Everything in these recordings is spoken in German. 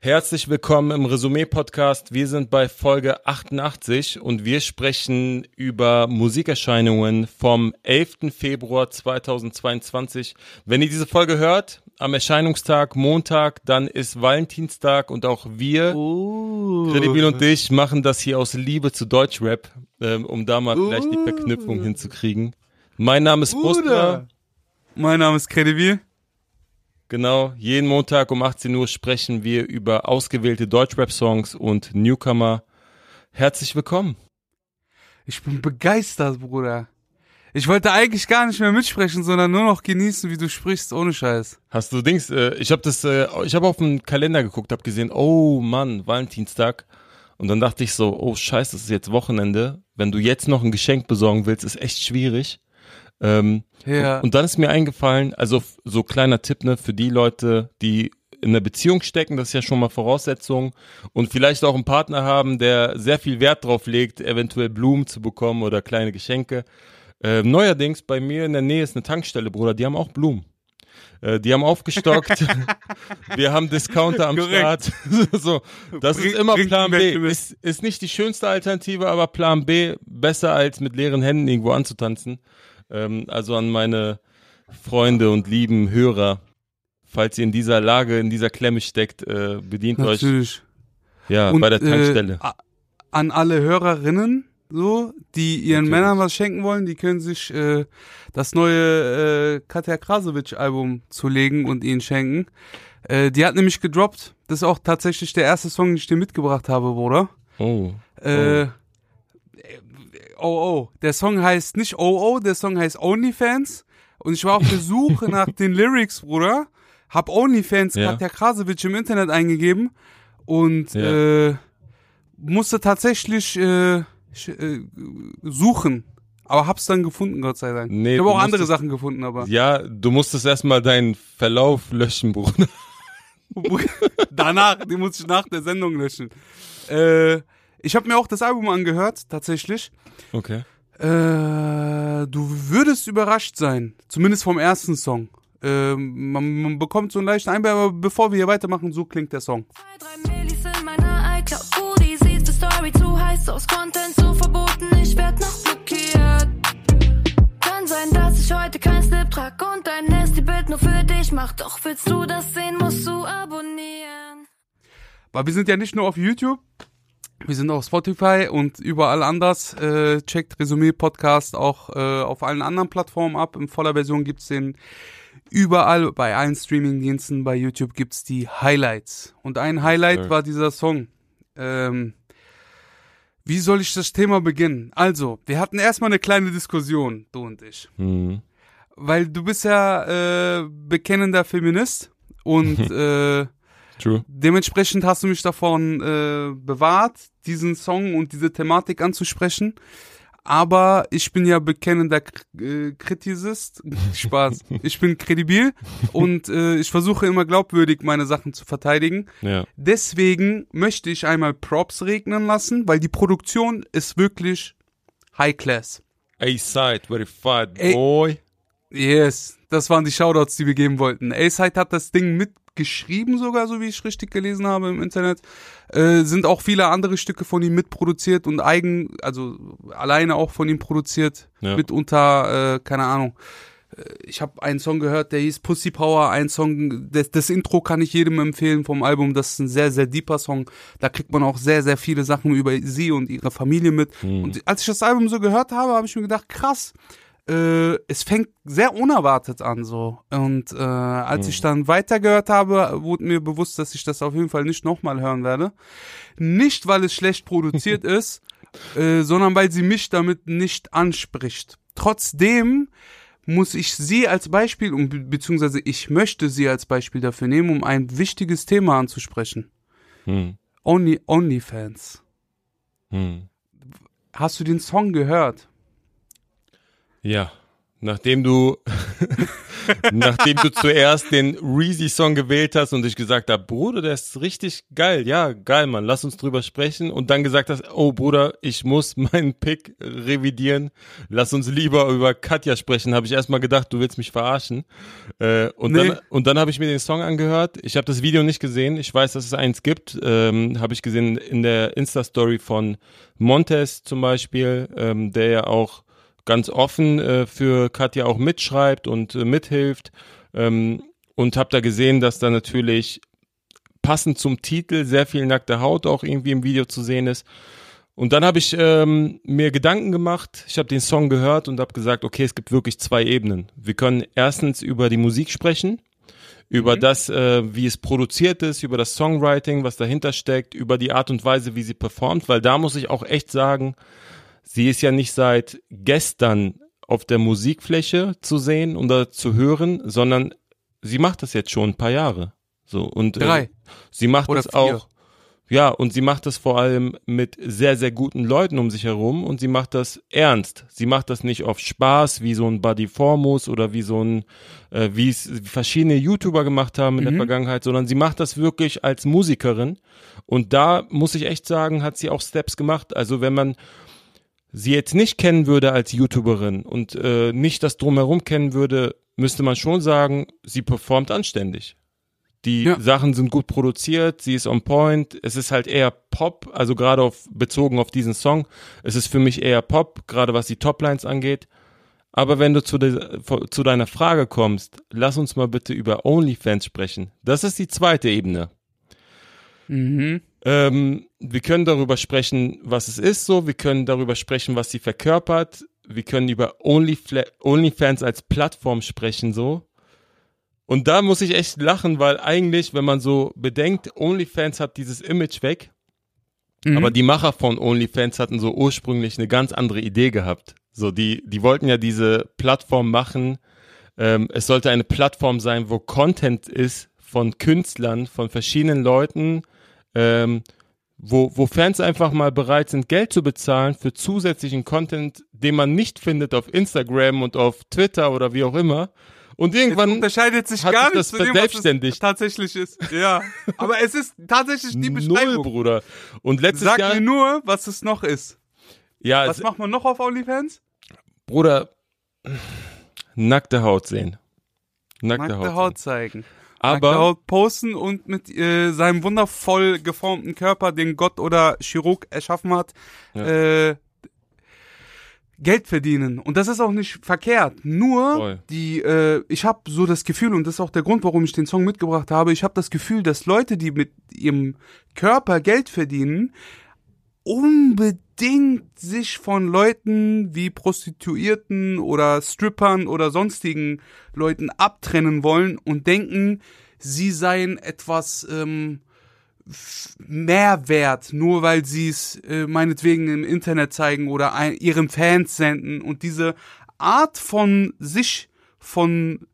Herzlich willkommen im Resümee-Podcast. Wir sind bei Folge 88 und wir sprechen über Musikerscheinungen vom 11. Februar 2022. Wenn ihr diese Folge hört, am Erscheinungstag, Montag, dann ist Valentinstag und auch wir, uh. Credibil und ich, machen das hier aus Liebe zu Deutschrap, ähm, um da mal uh. vielleicht die Verknüpfung hinzukriegen. Mein Name ist Brustner. Mein Name ist Credibil. Genau, jeden Montag um 18 Uhr sprechen wir über ausgewählte Deutschrap-Songs und Newcomer. Herzlich willkommen. Ich bin begeistert, Bruder. Ich wollte eigentlich gar nicht mehr mitsprechen, sondern nur noch genießen, wie du sprichst, ohne Scheiß. Hast du Dings, äh, ich habe das, äh, ich habe auf den Kalender geguckt, habe gesehen, oh Mann, Valentinstag. Und dann dachte ich so, oh Scheiß, das ist jetzt Wochenende. Wenn du jetzt noch ein Geschenk besorgen willst, ist echt schwierig. Ähm, ja. und, und, dann ist mir eingefallen, also so kleiner Tipp ne, für die Leute, die in einer Beziehung stecken, das ist ja schon mal Voraussetzung und vielleicht auch einen Partner haben, der sehr viel Wert drauf legt, eventuell Blumen zu bekommen oder kleine Geschenke. Äh, neuerdings bei mir in der Nähe ist eine Tankstelle, Bruder, die haben auch Blumen. Äh, die haben aufgestockt. Wir haben Discounter am Korrekt. Start. so, das bring, ist immer Plan B. Ist, ist nicht die schönste Alternative, aber Plan B besser als mit leeren Händen irgendwo anzutanzen also an meine Freunde und lieben Hörer, falls ihr in dieser Lage, in dieser Klemme steckt, äh, bedient Natürlich. euch. Ja, und, bei der Tankstelle. Äh, an alle Hörerinnen, so, die ihren Natürlich. Männern was schenken wollen, die können sich äh, das neue äh, Katja Krasowitsch-Album zulegen und ihnen schenken. Äh, die hat nämlich gedroppt. Das ist auch tatsächlich der erste Song, den ich dir mitgebracht habe, Bruder. Oh. oh. Oh Oh. Der Song heißt nicht Oh Oh, der Song heißt OnlyFans. Und ich war auf der Suche nach den Lyrics, Bruder. Hab OnlyFans ja. Katja Krasowitsch im Internet eingegeben und ja. äh, musste tatsächlich äh, suchen. Aber hab's dann gefunden, Gott sei Dank. Nee, ich habe auch andere musstest, Sachen gefunden, aber. Ja, du musstest erstmal deinen Verlauf löschen, Bruder. Danach, die muss ich nach der Sendung löschen. Äh, ich habe mir auch das Album angehört, tatsächlich. Okay. Äh, du würdest überrascht sein, zumindest vom ersten Song. Äh, man, man, bekommt so einen leichten Einblick, aber bevor wir hier weitermachen, so klingt der Song. Kann sein, dass ich heute kein Slip trag und ein Nasty-Bild nur für dich mach. Doch willst du das sehen, musst du abonnieren. Aber wir sind ja nicht nur auf YouTube. Wir sind auf Spotify und überall anders. Äh, checkt Resümee Podcast auch äh, auf allen anderen Plattformen ab. In voller Version gibt's den überall bei allen Streamingdiensten. Bei YouTube gibt's die Highlights. Und ein Highlight okay. war dieser Song. Ähm, wie soll ich das Thema beginnen? Also, wir hatten erstmal eine kleine Diskussion, du und ich. Mhm. Weil du bist ja äh, bekennender Feminist und äh, True. Dementsprechend hast du mich davon äh, bewahrt, diesen Song und diese Thematik anzusprechen. Aber ich bin ja bekennender K äh, Kritisist. Spaß. ich bin kredibil und äh, ich versuche immer glaubwürdig meine Sachen zu verteidigen. Ja. Deswegen möchte ich einmal Props regnen lassen, weil die Produktion ist wirklich High Class. A-Side, verified, boy. A yes, das waren die Shoutouts, die wir geben wollten. A-Side hat das Ding mit geschrieben sogar, so wie ich richtig gelesen habe im Internet. Äh, sind auch viele andere Stücke von ihm mitproduziert und eigen, also alleine auch von ihm produziert. Ja. Mitunter, äh, keine Ahnung. Ich habe einen Song gehört, der hieß Pussy Power, ein Song, das, das, Intro kann ich jedem empfehlen vom Album, das ist ein sehr, sehr deeper Song, da kriegt man auch sehr, sehr viele Sachen über sie und ihre Familie mit. Mhm. Und als ich das Album so gehört habe, habe ich mir gedacht, krass, äh, es fängt sehr unerwartet an so. Und äh, als mhm. ich dann weitergehört habe, wurde mir bewusst, dass ich das auf jeden Fall nicht nochmal hören werde. Nicht, weil es schlecht produziert ist, äh, sondern weil sie mich damit nicht anspricht. Trotzdem muss ich sie als Beispiel, um, be beziehungsweise ich möchte sie als Beispiel dafür nehmen, um ein wichtiges Thema anzusprechen. Mhm. Only, Onlyfans. Mhm. Hast du den Song gehört? Ja, Nachdem du, nachdem du zuerst den Reezy-Song gewählt hast und ich gesagt habe, Bruder, der ist richtig geil, ja, geil, Mann, lass uns drüber sprechen und dann gesagt hast, oh Bruder, ich muss meinen Pick revidieren, lass uns lieber über Katja sprechen, habe ich erstmal gedacht, du willst mich verarschen. Äh, und, Nee. dann, und dann habe ich mir den Song angehört, ich habe das Video nicht gesehen, ich weiß, dass es eins gibt, ähm, habe ich gesehen in der Insta-Story von Montes zum Beispiel, ähm, der ja auch ganz offen äh, für Katja auch mitschreibt und äh, mithilft. Ähm, und habe da gesehen, dass da natürlich passend zum Titel sehr viel nackte Haut auch irgendwie im Video zu sehen ist. Und dann habe ich ähm, mir Gedanken gemacht, ich habe den Song gehört und habe gesagt, okay, es gibt wirklich zwei Ebenen. Wir können erstens über die Musik sprechen, über das, äh, wie es produziert ist, über das Songwriting, was dahinter steckt, über die Art und Weise, wie sie performt, weil da muss ich auch echt sagen, sie ist ja nicht seit gestern auf der Musikfläche zu sehen oder zu hören, sondern sie macht das jetzt schon ein paar Jahre. So und Äh, Drei. sie macht Oder das vier. auch. Ja, und sie macht das vor allem mit sehr, sehr guten Leuten um sich herum und sie macht das ernst. Sie macht das nicht auf Spaß, wie so ein Buddy Formus oder wie so ein, äh, wie es verschiedene YouTuber gemacht haben Mhm. in der Vergangenheit, sondern sie macht das wirklich als Musikerin. Und da muss ich echt sagen, hat sie auch Steps gemacht. Also wenn man sie jetzt nicht kennen würde als YouTuberin und äh, nicht das drumherum kennen würde, müsste man schon sagen, sie performt anständig. Die Ja. Sachen sind gut produziert, sie ist on point. Es ist halt eher Pop, also gerade auf, bezogen auf diesen Song. Es ist für mich eher Pop, gerade was die Toplines angeht. Aber wenn du zu, de, zu deiner Frage kommst, lass uns mal bitte über OnlyFans sprechen. Das ist die zweite Ebene. Mhm. Ähm, wir können darüber sprechen, was es ist so. Wir können darüber sprechen, was sie verkörpert. Wir können über Onlyfla OnlyFans als Plattform sprechen so. Und da muss ich echt lachen, weil eigentlich, wenn man so bedenkt, OnlyFans hat dieses Image weg. Mhm. Aber die Macher von OnlyFans hatten so ursprünglich eine ganz andere Idee gehabt. So, die, die wollten ja diese Plattform machen. Ähm, es sollte eine Plattform sein, wo Content ist von Künstlern, von verschiedenen Leuten, ähm, wo, wo Fans einfach mal bereit sind, Geld zu bezahlen für zusätzlichen Content, den man nicht findet auf Instagram und auf Twitter oder wie auch immer. Und Jetzt irgendwann. unterscheidet sich hat gar sich nicht das zu dem, was es verselbstständigt. tatsächlich ist. Ja, aber es ist tatsächlich die Null, Beschreibung. Bruder. Und letztes Sag Jahr. mir nur, was es noch ist. ja, Was es- macht man noch auf OnlyFans? Bruder, nackte Haut sehen. Nackte, Nackte Haut. Haut, sehen. zeigen. Aber Nackte Haut posten und mit äh, seinem wundervoll geformten Körper, den Gott oder Chirurg erschaffen hat, äh, Geld verdienen. Und das ist auch nicht verkehrt. Nur Voll. die, äh, ich habe so das Gefühl, und das ist auch der Grund, warum ich den Song mitgebracht habe, ich habe das Gefühl, dass Leute, die mit ihrem Körper Geld verdienen, unbedingt sich von Leuten wie Prostituierten oder Strippern oder sonstigen Leuten abtrennen wollen und denken, sie seien etwas ähm, f- mehr wert, nur weil sie es äh, meinetwegen im Internet zeigen oder ein, ihren Fans senden und diese Art von sich von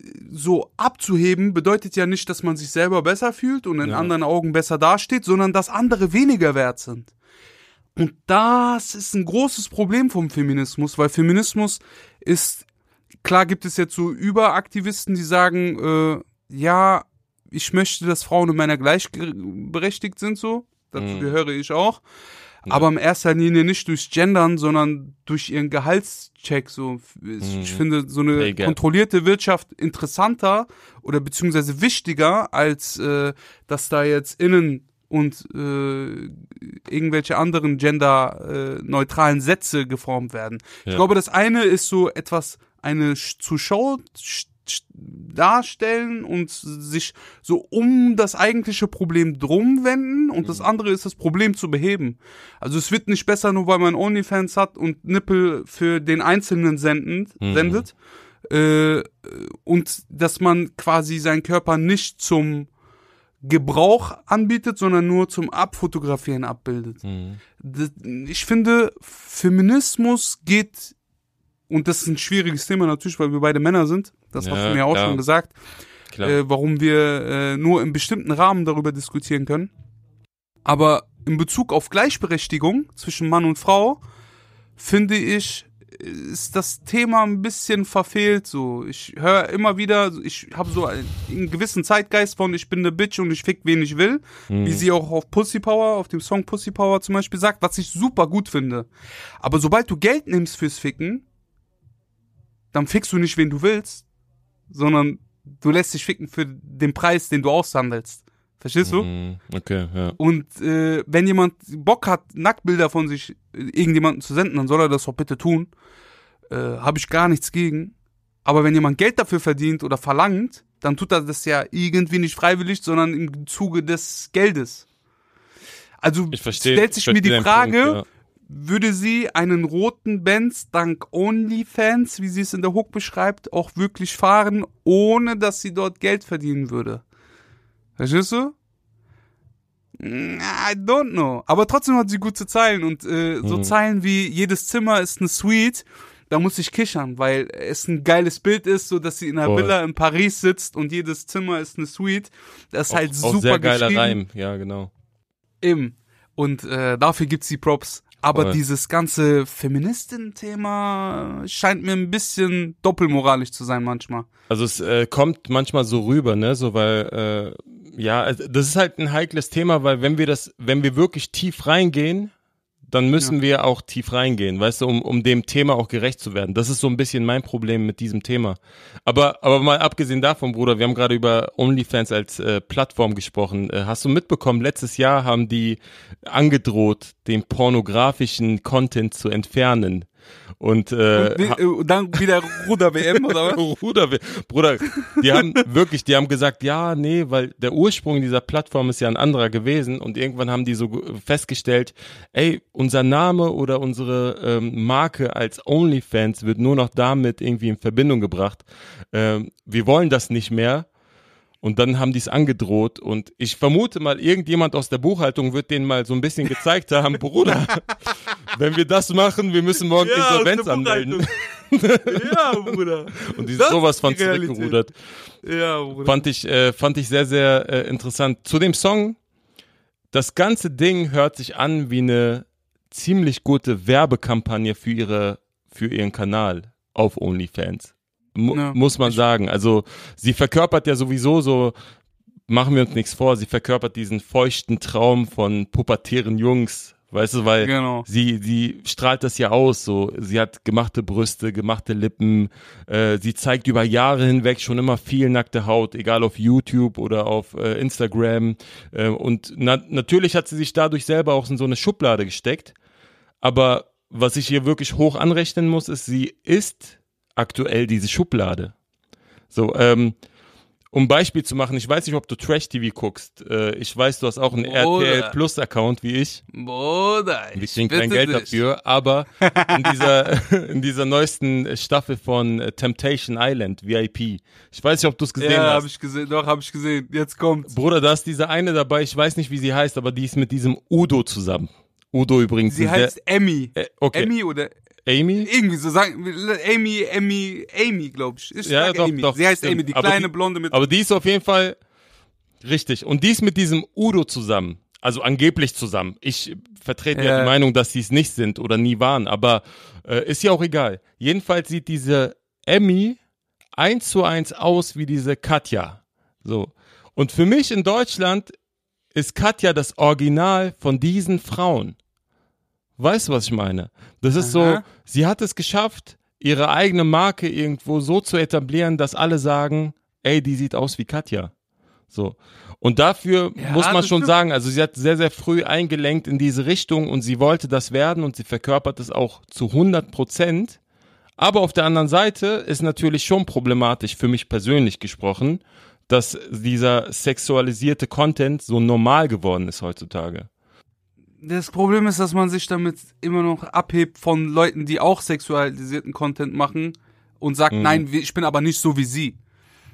äh, so abzuheben bedeutet ja nicht, dass man sich selber besser fühlt und in Ja. anderen Augen besser dasteht, sondern dass andere weniger wert sind. Und das ist ein großes Problem vom Feminismus, weil Feminismus ist, klar gibt es jetzt so Überaktivisten, die sagen, äh, ja, ich möchte, dass Frauen und Männer gleichberechtigt sind, so. Dazu gehöre ich auch. Aber in erster Linie nicht durch Gendern, sondern durch ihren Gehaltscheck. So. Ich finde so eine Pay gap. kontrollierte Wirtschaft interessanter oder beziehungsweise wichtiger, als äh, dass da jetzt innen und äh, irgendwelche anderen genderneutralen Sätze geformt werden. Ich Ja. glaube, das eine ist so etwas, eine Sch- zur Show sch- sch- darstellen und sich so um das eigentliche Problem drum wenden und das andere ist das Problem zu beheben. Also es wird nicht besser, nur weil man Onlyfans hat und Nippel für den Einzelnen sendend, sendet. Äh, und dass man quasi seinen Körper nicht zum Gebrauch anbietet, sondern nur zum Abfotografieren abbildet. Hm, Das- Ich finde, Feminismus geht, und das ist ein schwieriges Thema natürlich, weil wir beide Männer sind, das Ja, hast du mir auch klar. schon gesagt, klar, äh, warum wir äh, nur im bestimmten Rahmen darüber diskutieren können. Aber in Bezug auf Gleichberechtigung zwischen Mann und Frau, finde ich, ist das Thema ein bisschen verfehlt. So, ich höre immer wieder, ich habe so einen, einen gewissen Zeitgeist von ich bin eine Bitch und ich fick wen ich will, wie sie auch auf Pussy Power, auf dem Song Pussy Power zum Beispiel sagt, was ich super gut finde. Aber sobald du Geld nimmst fürs Ficken, dann fickst du nicht wen du willst, sondern du lässt dich ficken für den Preis, den du aushandelst. Verstehst du? Mhm. Okay, ja. Und äh, wenn jemand Bock hat, Nacktbilder von sich äh, irgendjemandem zu senden, dann soll er das doch bitte tun. Äh, Habe ich gar nichts gegen. Aber wenn jemand Geld dafür verdient oder verlangt, dann tut er das ja irgendwie nicht freiwillig, sondern im Zuge des Geldes. Also Ich verstehe. stellt sich ich verstehe mir die deinen Frage, Punkt, würde sie einen roten Benz dank OnlyFans, wie sie es in der Hook beschreibt, auch wirklich fahren, ohne dass sie dort Geld verdienen würde. Verstehst du? Mm, I don't know. Aber trotzdem hat sie gute Zeilen und äh, so Mhm. Zeilen wie jedes Zimmer ist eine Suite. Da muss ich kichern, weil es ein geiles Bild ist, so dass sie in einer Voll. Villa in Paris sitzt und jedes Zimmer ist eine Suite. Das ist ja. halt auch, super auch sehr geiler geschrieben. Reim, ja, genau. Eben. Und äh, dafür gibt's die Props. Aber Voll. dieses ganze Feministin-Thema scheint mir ein bisschen doppelmoralisch zu sein manchmal. Also es äh, kommt manchmal so rüber, ne, so weil äh, ja, also das ist halt ein heikles Thema, weil wenn wir das, wenn wir wirklich tief reingehen, dann müssen wir auch tief reingehen, weißt du, um, um dem Thema auch gerecht zu werden. Das ist so ein bisschen mein Problem mit diesem Thema. Aber, aber mal abgesehen davon, Bruder, wir haben gerade über OnlyFans als äh, Plattform gesprochen. Äh, hast du mitbekommen, letztes Jahr haben die angedroht, den pornografischen Content zu entfernen. Und, äh, Und wi- äh, dann wieder Ruder-WM oder was? Bruder, wir- Bruder, die haben wirklich, die haben gesagt, ja, nee, weil der Ursprung dieser Plattform ist ja ein anderer gewesen und irgendwann haben die so ge- festgestellt, ey, unser Name oder unsere ähm, Marke als OnlyFans wird nur noch damit irgendwie in Verbindung gebracht. Ähm, wir wollen das nicht mehr. Und dann haben die es angedroht und ich vermute mal, irgendjemand aus der Buchhaltung wird denen mal so ein bisschen gezeigt haben, Bruder, wenn wir das machen, wir müssen morgen Ja, aus Insolvenz der Buchhaltung. anmelden. ja, Bruder. Und die sind Das sowas ist von die Realität. zurückgerudert. Ja, Bruder. Fand ich, äh, fand ich sehr, sehr äh, interessant. Zu dem Song, das ganze Ding hört sich an wie eine ziemlich gute Werbekampagne für ihre, für ihren Kanal auf OnlyFans. Mu Ja. Muss man sagen. Also, sie verkörpert ja sowieso so, machen wir uns nichts vor, sie verkörpert diesen feuchten Traum von pubertären Jungs. Weißt du, weil Genau. sie, sie strahlt das ja aus, so. Sie hat gemachte Brüste, gemachte Lippen, äh, sie zeigt über Jahre hinweg schon immer viel nackte Haut, egal auf YouTube oder auf äh, Instagram. Äh, und na natürlich hat sie sich dadurch selber auch in so eine Schublade gesteckt. Aber was ich hier wirklich hoch anrechnen muss, ist, sie ist aktuell diese Schublade. So, ähm, um Beispiel zu machen, ich weiß nicht, ob du Trash-TV guckst. Äh, ich weiß, du hast auch einen Oder- RTL Plus-Account wie ich. Bruder, Wir ich kriegen kein bitte Geld dich. dafür, aber in dieser, in dieser neuesten Staffel von äh, Temptation Island, VIP. Ich weiß nicht, ob du es gesehen Ja, hast. habe ich gesehen. Doch, habe ich gesehen. Jetzt kommt's. Bruder, da ist diese eine dabei, ich weiß nicht, wie sie heißt, aber die ist mit diesem Udo zusammen. Udo übrigens. Sie ein heißt Emmy. sehr, äh, okay. Emmy oder Amy? irgendwie so sagen. Amy, Amy, Amy, glaube ich. Ich Ja, sag doch, Amy. doch, Sie heißt stimmt. Amy, die Aber kleine die- Blonde mit Aber die ist auf jeden Fall richtig. Und die ist mit diesem Udo zusammen. Also angeblich zusammen. Ich vertrete ja, Ja. die Meinung, dass sie es nicht sind oder nie waren, aber äh, ist ja auch egal. Jedenfalls sieht diese Emmy eins zu eins aus wie diese Katja. So. Und für mich in Deutschland ist Katja das Original von diesen Frauen. Weißt du, was ich meine? Das ist so, Aha. sie hat es geschafft, ihre eigene Marke irgendwo so zu etablieren, dass alle sagen, ey, die sieht aus wie Katja. So. Und dafür Ja, muss man das schon stimmt. sagen, also sie hat sehr, sehr früh eingelenkt in diese Richtung und sie wollte das werden und sie verkörpert es auch zu 100 Prozent. Aber auf der anderen Seite ist natürlich schon problematisch, für mich persönlich gesprochen, dass dieser sexualisierte Content so normal geworden ist heutzutage. Das Problem ist, dass man sich damit immer noch abhebt von Leuten, die auch sexualisierten Content machen und sagt, nein, wir- ich bin aber nicht so wie sie.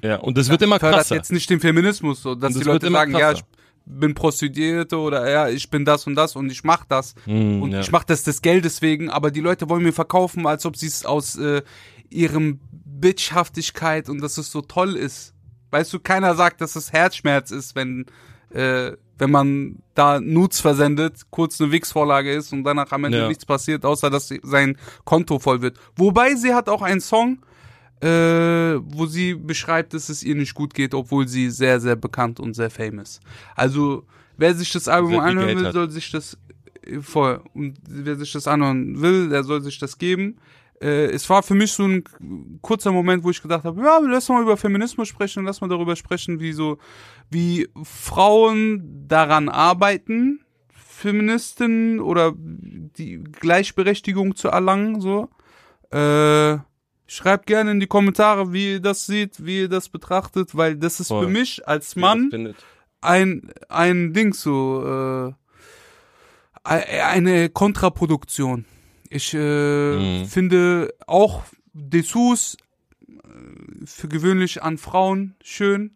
Ja, und das Mhm. wird immer Fördert krasser. jetzt nicht den Feminismus, so dass Und die es wird Leute immer sagen, ja, krasser. ich bin Prostituierte oder ja, ich bin das und das und ich mach das Hm, und ja. ich mach das des Geldes wegen, aber die Leute wollen mir verkaufen, als ob sie es aus äh, ihrem Bitchhaftigkeit und dass es so toll ist. Weißt du, keiner sagt, dass es Herzschmerz ist, wenn äh, wenn man da Nudes versendet, kurz eine Wix-Vorlage ist und danach am Ende Ja. nichts passiert, außer dass sie- sein Konto voll wird. Wobei sie hat auch einen Song, äh, wo sie beschreibt, dass es ihr nicht gut geht, obwohl sie sehr, sehr bekannt und sehr famous. Also, wer sich das Album Sehr viel anhören Geld will, hat. soll sich das äh, voll. Und wer sich das anhören will, der soll sich das geben. Äh, es war für mich so ein kurzer Moment, wo ich gedacht habe, ja, lass mal über Feminismus sprechen, lass mal darüber sprechen, wie so, wie Frauen daran arbeiten, Feministinnen oder die Gleichberechtigung zu erlangen, so. Äh, schreibt gerne in die Kommentare, wie ihr das seht, wie ihr das betrachtet, weil das ist Voll. für mich als Mann ein, ein Ding so, äh, e- eine Kontraproduktion. Ich äh, Mhm. finde auch Dessous äh, für gewöhnlich an Frauen schön.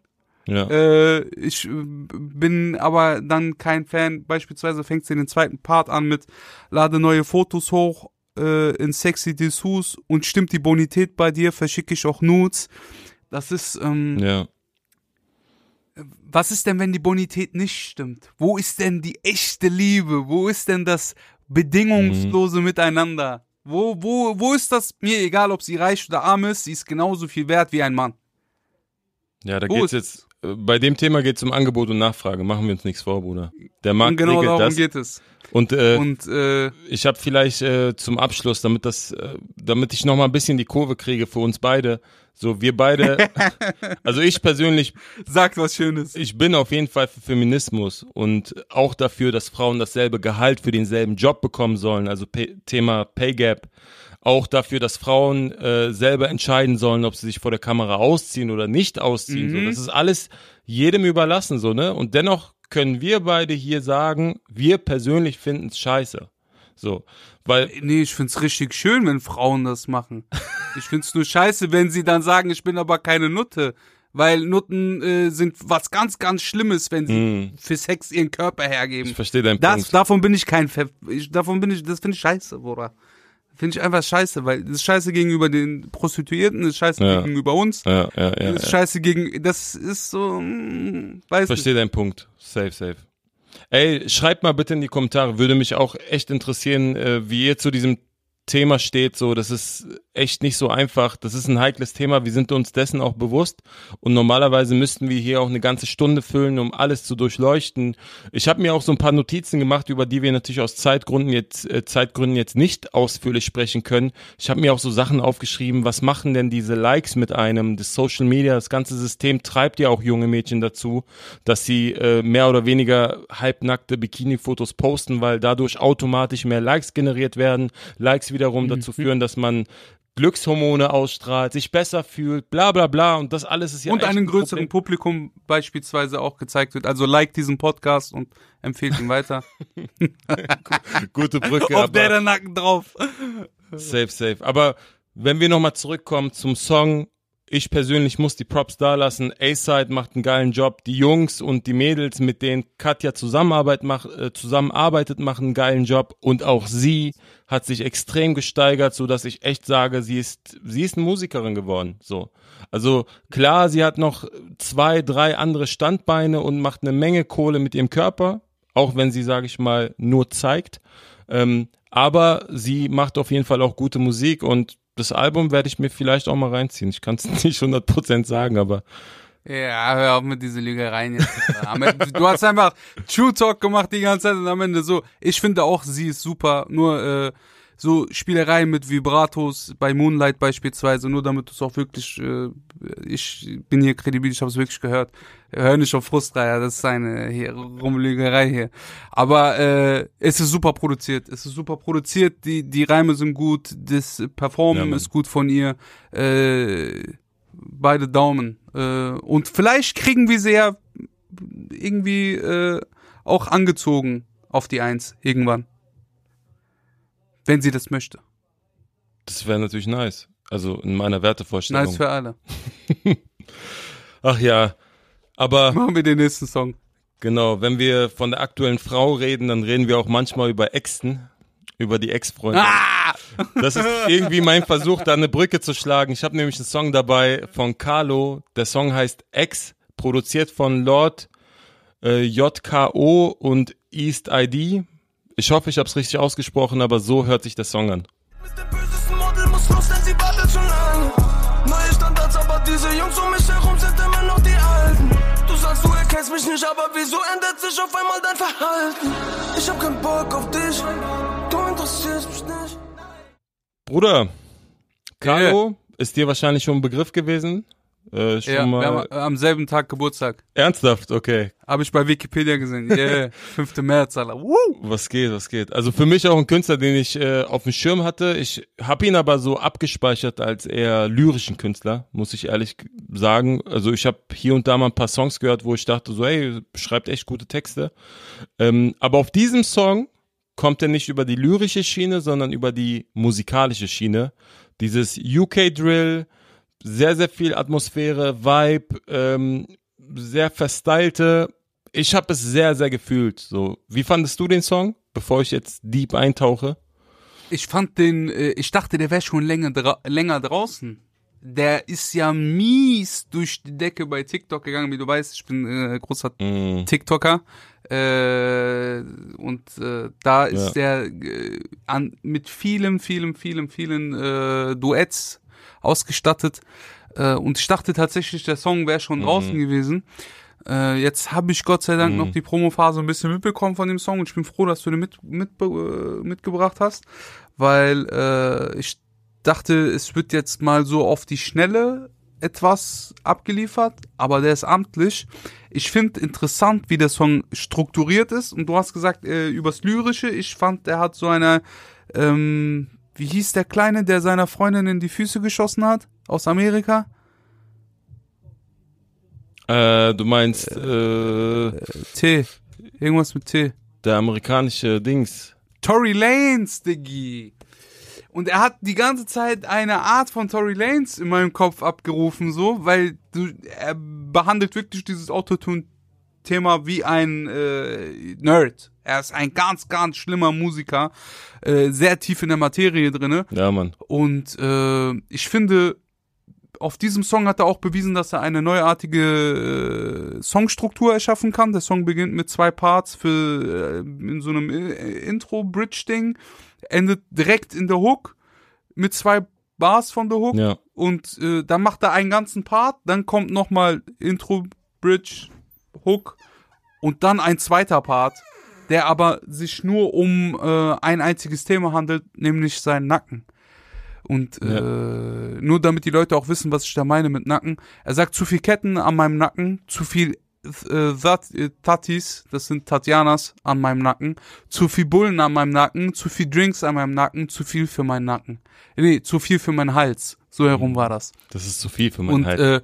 Ja. Äh, ich äh, bin aber dann kein Fan. Beispielsweise fängt sie den zweiten Part an mit lade neue Fotos hoch äh, in sexy Dessous und stimmt die Bonität bei dir, verschicke ich auch Nudes. Das ist, ähm, ja. was ist denn, wenn die Bonität nicht stimmt? Wo ist denn die echte Liebe? Wo ist denn das bedingungslose Mhm. Miteinander? Wo, wo, wo ist das? Mir egal, ob sie reich oder arm ist, sie ist genauso viel wert wie ein Mann. Ja, da Wo geht's ist- jetzt, äh, bei dem Thema geht's um Angebot und Nachfrage. Machen wir uns nichts vor, Bruder. Der Und Markt genau regelt darum das. geht es. und äh, Und äh, ich habe vielleicht äh, zum Abschluss, damit das, äh, damit ich noch mal ein bisschen die Kurve kriege für uns beide. So, wir beide, also ich persönlich, sagt was Schönes. ich bin auf jeden Fall für Feminismus und auch dafür, dass Frauen dasselbe Gehalt für denselben Job bekommen sollen. Also P Thema Pay Gap. Auch dafür, dass Frauen äh, selber entscheiden sollen, ob sie sich vor der Kamera ausziehen oder nicht ausziehen. So, das ist alles jedem überlassen, so ne. Und dennoch können wir beide hier sagen, wir persönlich finden es scheiße. So, weil Nee, ich find's richtig schön, wenn Frauen das machen. Ich find's nur scheiße, wenn sie dann sagen, ich bin aber keine Nutte. Weil Nutten äh, sind was ganz, ganz Schlimmes, wenn sie für Sex ihren Körper hergeben. Hm. ich verstehe deinen Das, Punkt. davon bin ich kein Ver ich, davon bin ich, das finde ich scheiße, Bruder. Finde ich einfach scheiße, weil das ist scheiße gegenüber den Prostituierten, das ist scheiße Ja. gegenüber uns, Ja, ja, ja. das ist ja. scheiße gegen, das ist so, mm, weiß Ich verstehe deinen Punkt. Safe, safe. Ey, schreibt mal bitte in die Kommentare. Würde mich auch echt interessieren, äh, wie ihr zu diesem Thema steht. So, das ist echt nicht so einfach. Das ist ein heikles Thema. Wir sind uns dessen auch bewusst. Und normalerweise müssten wir hier auch eine ganze Stunde füllen, um alles zu durchleuchten. Ich habe mir auch so ein paar Notizen gemacht, über die wir natürlich aus Zeitgründen jetzt, äh, Zeitgründen jetzt nicht ausführlich sprechen können. Ich habe mir auch so Sachen aufgeschrieben, was machen denn diese Likes mit einem? Das Social Media, das ganze System treibt ja auch junge Mädchen dazu, dass sie äh, mehr oder weniger halbnackte Bikini-Fotos posten, weil dadurch automatisch mehr Likes generiert werden. Likes wiederum Mhm. dazu führen, dass man Glückshormone ausstrahlt, sich besser fühlt, bla bla bla und das alles ist ja und echt einem ein größeren Problem. Publikum beispielsweise auch gezeigt wird. Also like diesen Podcast und empfehlt ihn weiter. gute Brücke. Auf aber- der der Nacken drauf. Safe, safe. Aber wenn wir nochmal zurückkommen zum Song, ich persönlich muss die Props da lassen. A-Side macht einen geilen Job. Die Jungs und die Mädels, mit denen Katja Zusammenarbeit mach, äh, zusammenarbeitet, machen einen geilen Job. Und auch sie hat sich extrem gesteigert, so dass ich echt sage, sie ist, sie ist eine Musikerin geworden. So. Also klar, sie hat noch zwei, drei andere Standbeine und macht eine Menge Kohle mit ihrem Körper. Auch wenn sie, sage ich mal, nur zeigt. Ähm, aber sie macht auf jeden Fall auch gute Musik und das Album werde ich mir vielleicht auch mal reinziehen. Ich kann es nicht 100% sagen, aber Ja, hör auf mit diesen Lügereien jetzt. Am Ende- Du hast einfach True Talk gemacht die ganze Zeit und am Ende so. Ich finde auch, sie ist super. Nur äh, so Spielereien mit Vibratos bei Moonlight beispielsweise, nur damit du es auch wirklich, äh, ich bin hier kredibil, ich habe es wirklich gehört. Hör nicht auf Frustreier, das ist eine hier, Rumlügerei hier. Aber äh, es ist super produziert, es ist super produziert, die, die Reime sind gut, das Performen Ja, Mann. ist gut von ihr. Äh, beide Daumen. Äh, und vielleicht kriegen wir sie ja irgendwie äh, auch angezogen auf die Eins irgendwann. Wenn sie das möchte. das wäre natürlich nice. Also in meiner Wertevorstellung. Nice für alle. Ach ja, aber Machen wir den nächsten Song. genau, wenn wir von der aktuellen Frau reden, dann reden wir auch manchmal über Exten, über die Ex-Freundin. Ah! Das ist irgendwie mein Versuch, da eine Brücke zu schlagen. Ich habe nämlich einen Song dabei von Carlo. Der Song heißt Ex, produziert von Lord äh, JKO und East ID. Ich hoffe, ich habe es richtig ausgesprochen, aber so hört sich der Song an. Mit dem bösesten Model muss raus, denn sie wartet schon lange. Neue Standards, aber diese Jungs um mich herum sind immer noch die alten. Du sagst, du erkennst mich nicht, aber wieso ändert sich auf einmal dein Verhalten? Ich hab keinen Bock auf dich, du interessierst mich nicht. Bruder, Carlo ist dir wahrscheinlich schon ein Begriff gewesen. Äh, schon Ja, wir mal haben am selben Tag Geburtstag. Ernsthaft, okay. Habe ich bei Wikipedia gesehen. Yeah, 5. März, Alter. Woo! Was geht, was geht. Also für mich auch ein Künstler, den ich äh, auf dem Schirm hatte. Ich habe ihn aber so abgespeichert als eher lyrischen Künstler, muss ich ehrlich g- sagen. Also ich habe hier und da mal ein paar Songs gehört, wo ich dachte so, hey, schreibt echt gute Texte. Ähm, aber auf diesem Song kommt er nicht über die lyrische Schiene, sondern über die musikalische Schiene. Dieses UK Drill, sehr, sehr viel Atmosphäre, Vibe, ähm, sehr verstylte. Ich habe es sehr, sehr gefühlt. So, wie fandest du den Song, bevor ich jetzt deep eintauche? Ich fand den, äh, ich dachte, der wäre schon länger, dra länger draußen. Der ist ja mies durch die Decke bei TikTok gegangen, wie du weißt. Ich bin äh, großer TikToker. Äh, und äh, da ist der äh, an, mit vielen, vielen, vielen, vielen äh, Duets ausgestattet. Äh, und ich dachte tatsächlich, der Song wäre schon draußen gewesen. Äh, jetzt habe ich Gott sei Dank noch die Promophase ein bisschen mitbekommen von dem Song und ich bin froh, dass du den mit, mit, äh, mitgebracht hast, weil äh, ich dachte, es wird jetzt mal so auf die Schnelle etwas abgeliefert, aber der ist amtlich. Ich finde interessant, wie der Song strukturiert ist und du hast gesagt, äh, übers Lyrische, ich fand, der hat so eine, ähm, wie hieß der Kleine, der seiner Freundin in die Füße geschossen hat, aus Amerika? Äh, du meinst äh, T, irgendwas mit T. der amerikanische Dings. Tory Lanes, Diggi. Und er hat die ganze Zeit eine Art von Tory Lanes in meinem Kopf abgerufen, so, weil du, er behandelt wirklich dieses Autotune-Thema wie ein äh, Nerd. Er ist ein ganz, ganz schlimmer Musiker, äh, sehr tief in der Materie drinne. Ja, Mann. Und äh, ich finde, auf diesem Song hat er auch bewiesen, dass er eine neuartige äh, Songstruktur erschaffen kann. Der Song beginnt mit zwei Parts für äh, in so einem I- äh, Intro-Bridge-Ding, endet direkt in der Hook mit zwei Bars von der Hook Ja. und äh, dann macht er einen ganzen Part, dann kommt nochmal Intro, Bridge, Hook und dann ein zweiter Part, der aber sich nur um äh, ein einziges Thema handelt, nämlich seinen Nacken. Und äh, nur damit die Leute auch wissen, was ich da meine mit Nacken. Er sagt, zu viel Ketten an meinem Nacken, zu viel äh, Tat- äh, Tatis, das sind Tatjanas, an meinem Nacken, zu viel Bullen an meinem Nacken, zu viel Drinks an meinem Nacken, zu viel für meinen Nacken. Nee, zu viel für meinen Hals. So herum war das. Das ist zu viel für meinen Und Halt. äh,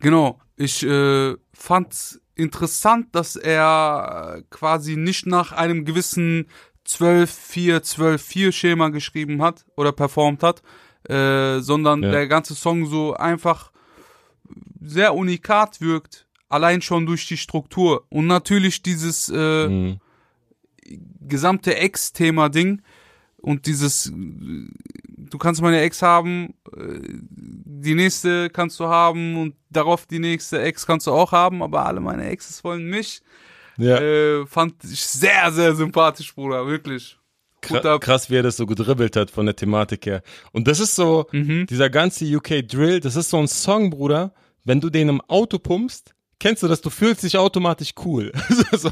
genau, ich äh, fand interessant, dass er äh, quasi nicht nach einem gewissen 12-4-12-4-Schema geschrieben hat oder performt hat, äh, sondern Ja. der ganze Song so einfach sehr unikat wirkt, allein schon durch die Struktur. Und natürlich dieses äh, Mhm. gesamte Ex-Thema-Ding und dieses, äh, du kannst meine Ex haben, äh, die nächste kannst du haben und darauf die nächste Ex kannst du auch haben, aber alle meine Exes wollen mich, Ja, äh, fand ich sehr, sehr sympathisch, Bruder, wirklich. kra krass, wie er das so gedribbelt hat von der Thematik her. Und das ist so, Mhm. dieser ganze UK Drill, das ist so ein Song, Bruder, wenn du den im Auto pumpst, kennst du das, du fühlst dich automatisch cool. so,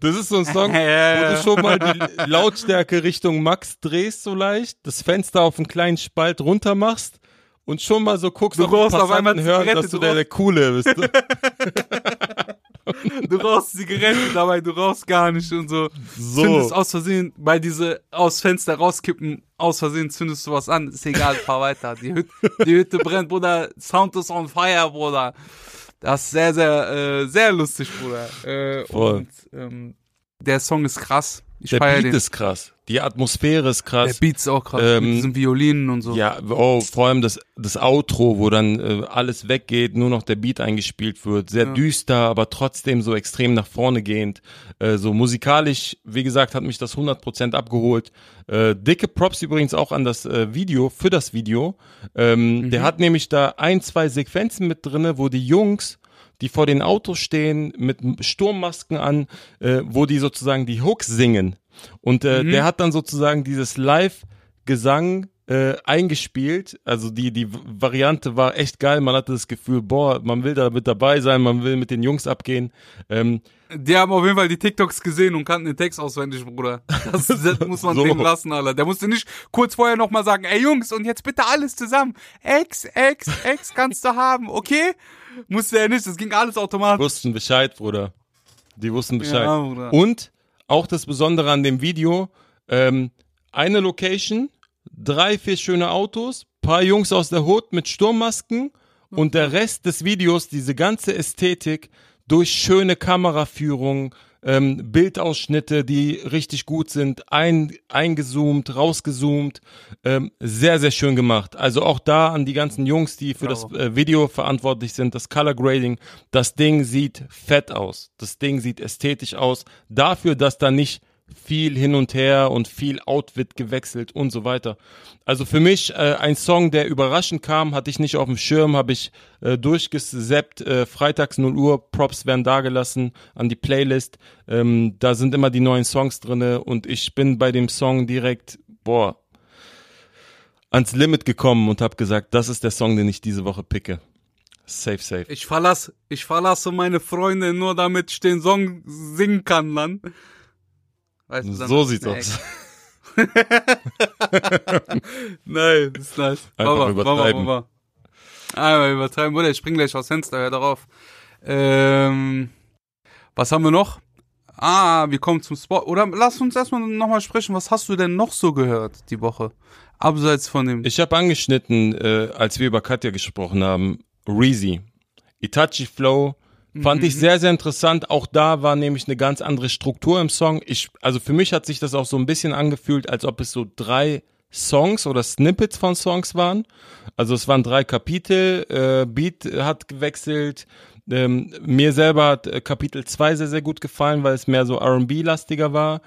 das ist so ein Song, wo Äh. du schon mal die Lautstärke Richtung Max drehst so leicht, das Fenster auf einen kleinen Spalt runter machst und schon mal so guckst, Du ob die rauchst auf Passanten einmal hören, Zigarette, dass du du der, der Coole bist. Du rauchst Zigaretten dabei, du rauchst gar nicht und so. So. Zündest aus Versehen, bei diese aus Fenster rauskippen, aus Versehen zündest du was an. Ist egal, fahr weiter. Die Hütte, die Hütte brennt, Bruder. Sound is on fire, Bruder. Das ist sehr, sehr, äh, sehr lustig, Bruder. Äh, Voll. und ähm, der Song ist krass. Ich Der feier Beat den. ist krass, die Atmosphäre ist der krass. Beat ist auch krass. Ähm, mit diesen Violinen und so. Ja, oh, vor allem das, das Outro, wo dann äh, alles weggeht, nur noch der Beat eingespielt wird. Sehr düster, aber trotzdem so extrem nach vorne gehend. Äh, so musikalisch, wie gesagt, hat mich das 100% abgeholt. Äh, dicke Props übrigens auch an das äh, Video, für das Video. Ähm, Der hat nämlich da ein, zwei Sequenzen mit drinne, wo die Jungs die vor den Autos stehen, mit Sturmmasken an, äh, wo die sozusagen die Hooks singen. Und äh, der hat dann sozusagen dieses Live-Gesang äh, eingespielt. Also die, die Variante war echt geil. Man hatte das Gefühl, boah, man will da mit dabei sein, man will mit den Jungs abgehen. Ähm, Die haben auf jeden Fall die TikToks gesehen und kannten den Text auswendig, Bruder. Das, das muss man So. denen lassen, Alter. Der musste nicht kurz vorher nochmal sagen, ey Jungs, und jetzt bitte alles zusammen. Ex, Ex, Ex kannst du haben, okay? Musste er nicht, das ging alles automatisch. wussten Bescheid, Bruder. Die wussten Bescheid. Ja, Bruder. Und auch das Besondere an dem Video, ähm, eine Location, drei, vier schöne Autos, paar Jungs aus der Hut mit Sturmmasken und der Rest des Videos, diese ganze Ästhetik durch schöne Kameraführung, ähm, Bildausschnitte, die richtig gut sind, ein, eingezoomt, rausgezoomt, ähm, sehr, sehr schön gemacht. Also auch da an die ganzen Jungs, die für das äh, Video verantwortlich sind, das Color Grading, das Ding sieht fett aus, das Ding sieht ästhetisch aus, dafür, dass da nicht viel hin und her und viel Outfit gewechselt und so weiter. Also für mich äh, ein Song, der überraschend kam, hatte ich nicht auf dem Schirm, habe ich äh, durchgeseppt, äh, freitags 0 Uhr, Props werden dagelassen an die Playlist. Ähm, da sind immer die neuen Songs drinne und ich bin bei dem Song direkt, boah, ans Limit gekommen und habe gesagt, das ist der Song, den ich diese Woche picke. Safe, safe. Ich verlasse, ich verlasse meine Freunde nur, damit ich den Song singen kann, dann. Weißt dann- so sieht's Nee, aus. Nein, das ist nice. Einfach Baba, übertreiben. Baba, Baba. Einmal übertreiben. Bruder, ich spring gleich aus Fenster, hör darauf. Ähm, was haben wir noch? Ah, wir kommen zum Sport. Oder lass uns erstmal nochmal sprechen. Was hast du denn noch so gehört die Woche? Abseits von dem. Ich habe angeschnitten, äh, als wir über Katja gesprochen haben, Reezy. Itachi Flow fand ich sehr, sehr interessant. Auch da war nämlich eine ganz andere Struktur im Song. Ich, also für mich hat sich das auch so ein bisschen angefühlt, als ob es so drei Songs oder Snippets von Songs waren. Also es waren drei Kapitel, äh, Beat hat gewechselt. Ähm, mir selber hat äh, Kapitel 2 sehr, sehr gut gefallen, weil es mehr so RB-lastiger war.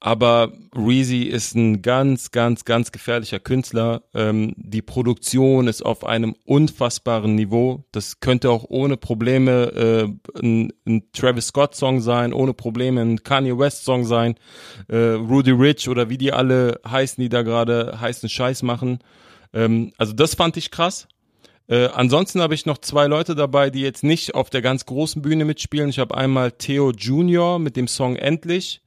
Aber Reezy ist ein ganz, ganz, ganz gefährlicher Künstler. Ähm, die Produktion ist auf einem unfassbaren Niveau. Das könnte auch ohne Probleme äh, ein, ein Travis Scott-Song sein, ohne Probleme ein Kanye West-Song sein, äh, Rudy Rich oder wie die alle heißen, die da gerade heißen Scheiß machen. Ähm, also das fand ich krass. Äh, ansonsten habe ich noch zwei Leute dabei, die jetzt nicht auf der ganz großen Bühne mitspielen. Ich habe einmal Theo Junior mit dem Song Endlich